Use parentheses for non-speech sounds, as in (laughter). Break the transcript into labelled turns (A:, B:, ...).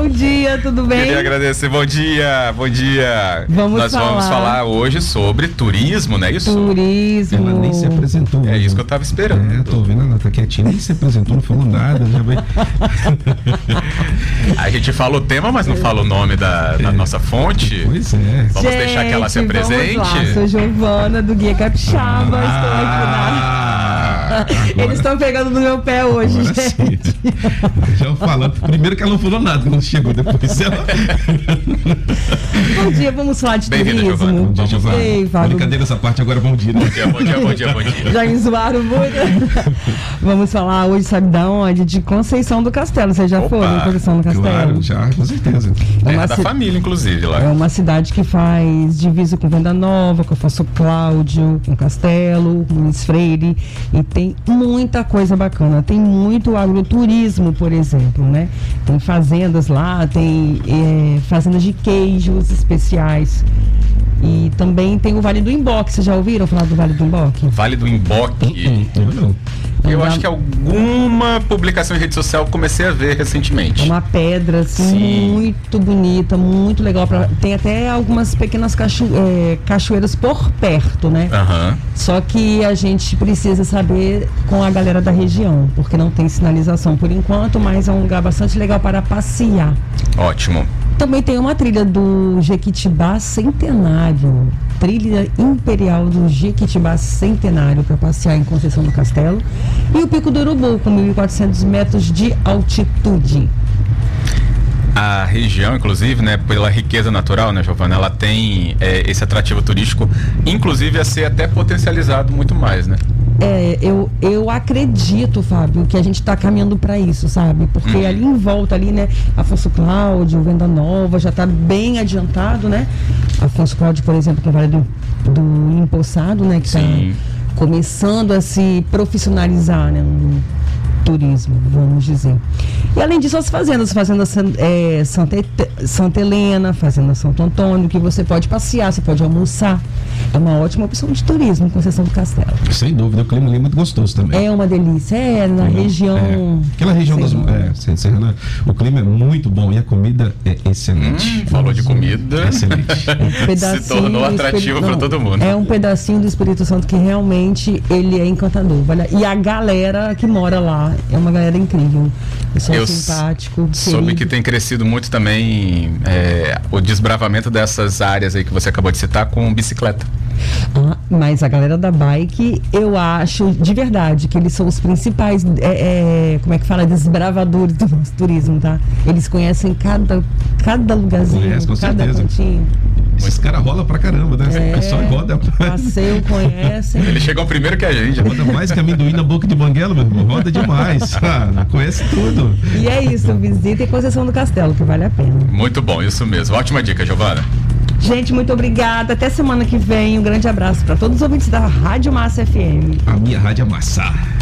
A: Bom dia, tudo bem?
B: Queria agradecer. Bom dia, bom dia.
A: Vamos
B: Nós vamos
A: falar.
B: falar hoje sobre turismo, né? Isso.
A: Turismo.
C: Ela nem se apresentou.
B: É
C: hoje.
B: isso que eu tava esperando. né?
C: É, eu tô vendo, ela tá quietinha, nem se apresentou, não falou nada, já vai.
B: A gente fala o tema, mas não fala o nome da, da nossa fonte.
C: Pois é.
B: Vamos deixar que ela se
A: Gente, vamos
B: apresente?
A: lá, Sou Giovana do Guia Capixaba, é.
B: Ah,
A: estou aqui na. Eles estão pegando no meu pé hoje, né? é assim.
C: Agora
A: gente.
C: sim. Já falando. Primeiro que ela não falou nada quando chegou, depois ela.
A: (laughs) Bom dia, vamos falar de
B: Bem-vinda, Giovana.
A: turismo.
C: Bom dia, Giovana.
A: Ei, Fábio.
C: Brincadeira essa parte, agora bom dia, né?
B: Bom dia, bom dia, bom dia, bom dia.
A: Já me zoaram
B: (laughs)
A: muito. Vamos falar hoje, sabe da onde? De Conceição do Castelo. Vocês já
B: Opa,
A: foram em Conceição do Castelo?
C: Claro, já, com certeza.
A: (laughs) É
B: É
A: uma
B: da
A: ci-
B: família, inclusive, lá.
A: É uma cidade que faz divisa com Venda Nova, com Afonso Cláudio, com Castelo, com Luiz Freire. E tem muita coisa bacana. Tem muito agroturismo, por exemplo, né? Tem fazendas lá, tem eh, fazendas de queijos especiais. E também tem o Vale do Emboque. Vocês já ouviram falar do Vale do Emboque?
B: Vale do
A: Hum,
B: Emboque.
C: Hum, Eu não.
B: Eu
A: Então,
B: acho que
A: dá-
B: alguma publicação em rede social eu comecei a ver
A: É
B: recentemente.
A: uma pedra assim,
B: Sim.
A: muito bonita, muito legal. pra- Tem até algumas pequenas cacho- eh, cachoeiras por perto, né?
B: Aham.
A: Só que a gente precisa saber com a galera da região, porque não tem sinalização por enquanto, mas é um lugar bastante legal para passear.
B: Ótimo.
A: Também tem uma trilha do Jequitibá Centenário, trilha imperial do Jequitibá Centenário para passear em Conceição do Castelo, e o Pico do Urubu com 1.400 metros de altitude.
B: A região, inclusive, né, pela riqueza natural, né, Giovana, ela tem é, esse atrativo turístico, inclusive a ser até potencializado muito mais, né?
A: É, eu, eu acredito, Fábio, que a gente está caminhando para isso, sabe? Porque
B: Uhum.
A: ali em volta, ali, né? Afonso Cláudio, Venda Nova, já está bem adiantado, né? Afonso Cláudio, por exemplo, que é o Vale do, do Empoçado, né? Que está
B: Sim.
A: começando a se profissionalizar, né? No turismo, vamos dizer. E além disso, as fazendas, Fazenda San- é, Santa, Et- Santa Helena, Fazenda Santo Antônio, que você pode passear, você pode almoçar. É uma ótima opção de turismo, em Conceição do Castelo.
C: Sem dúvida, o clima ali é muito gostoso também.
A: É uma delícia, é na região.
C: É, aquela região
A: Sei
C: das.
A: lá.
C: É, Serra- Serra- o clima é muito bom e a comida é excelente. É
B: Hum, falou de comida.
A: (laughs)
C: Excelente.
A: Um Pedacinho
B: Se tornou
A: do
B: atrativo
A: Espírito-
B: para
A: não,
B: todo mundo.
A: É um pedacinho do Espírito Santo que realmente ele é encantador. Olha, E a galera que mora lá é uma galera incrível. Pessoal
B: Eu
A: simpático,
B: Soube que
A: querido.
B: tem crescido muito também é, o desbravamento dessas áreas aí que você acabou de citar com bicicleta.
A: Ah, mas a galera da bike, eu acho de verdade que eles são os principais, é, é, como é que fala, desbravadores do nosso turismo, tá? Eles conhecem cada, cada lugarzinho,
C: Conhece, com
A: cada
C: certeza.
A: cantinho.
C: Esses caras rolam pra caramba, né? O
A: É.
C: pessoal roda.
A: Passeio, conhecem.
B: Eles chegam primeiro que a gente. é
C: Roda mais que amendoim na boca de banguela, meu irmão. Roda demais. Ah, conhece tudo.
A: E é isso, visita em Conceição do Castelo, que vale a pena.
B: Muito bom, isso mesmo. Ótima dica, Giovana.
A: Gente, muito obrigada. Até semana que vem. Um grande abraço para todos os ouvintes da Rádio Massa FM.
C: A minha rádio é massa.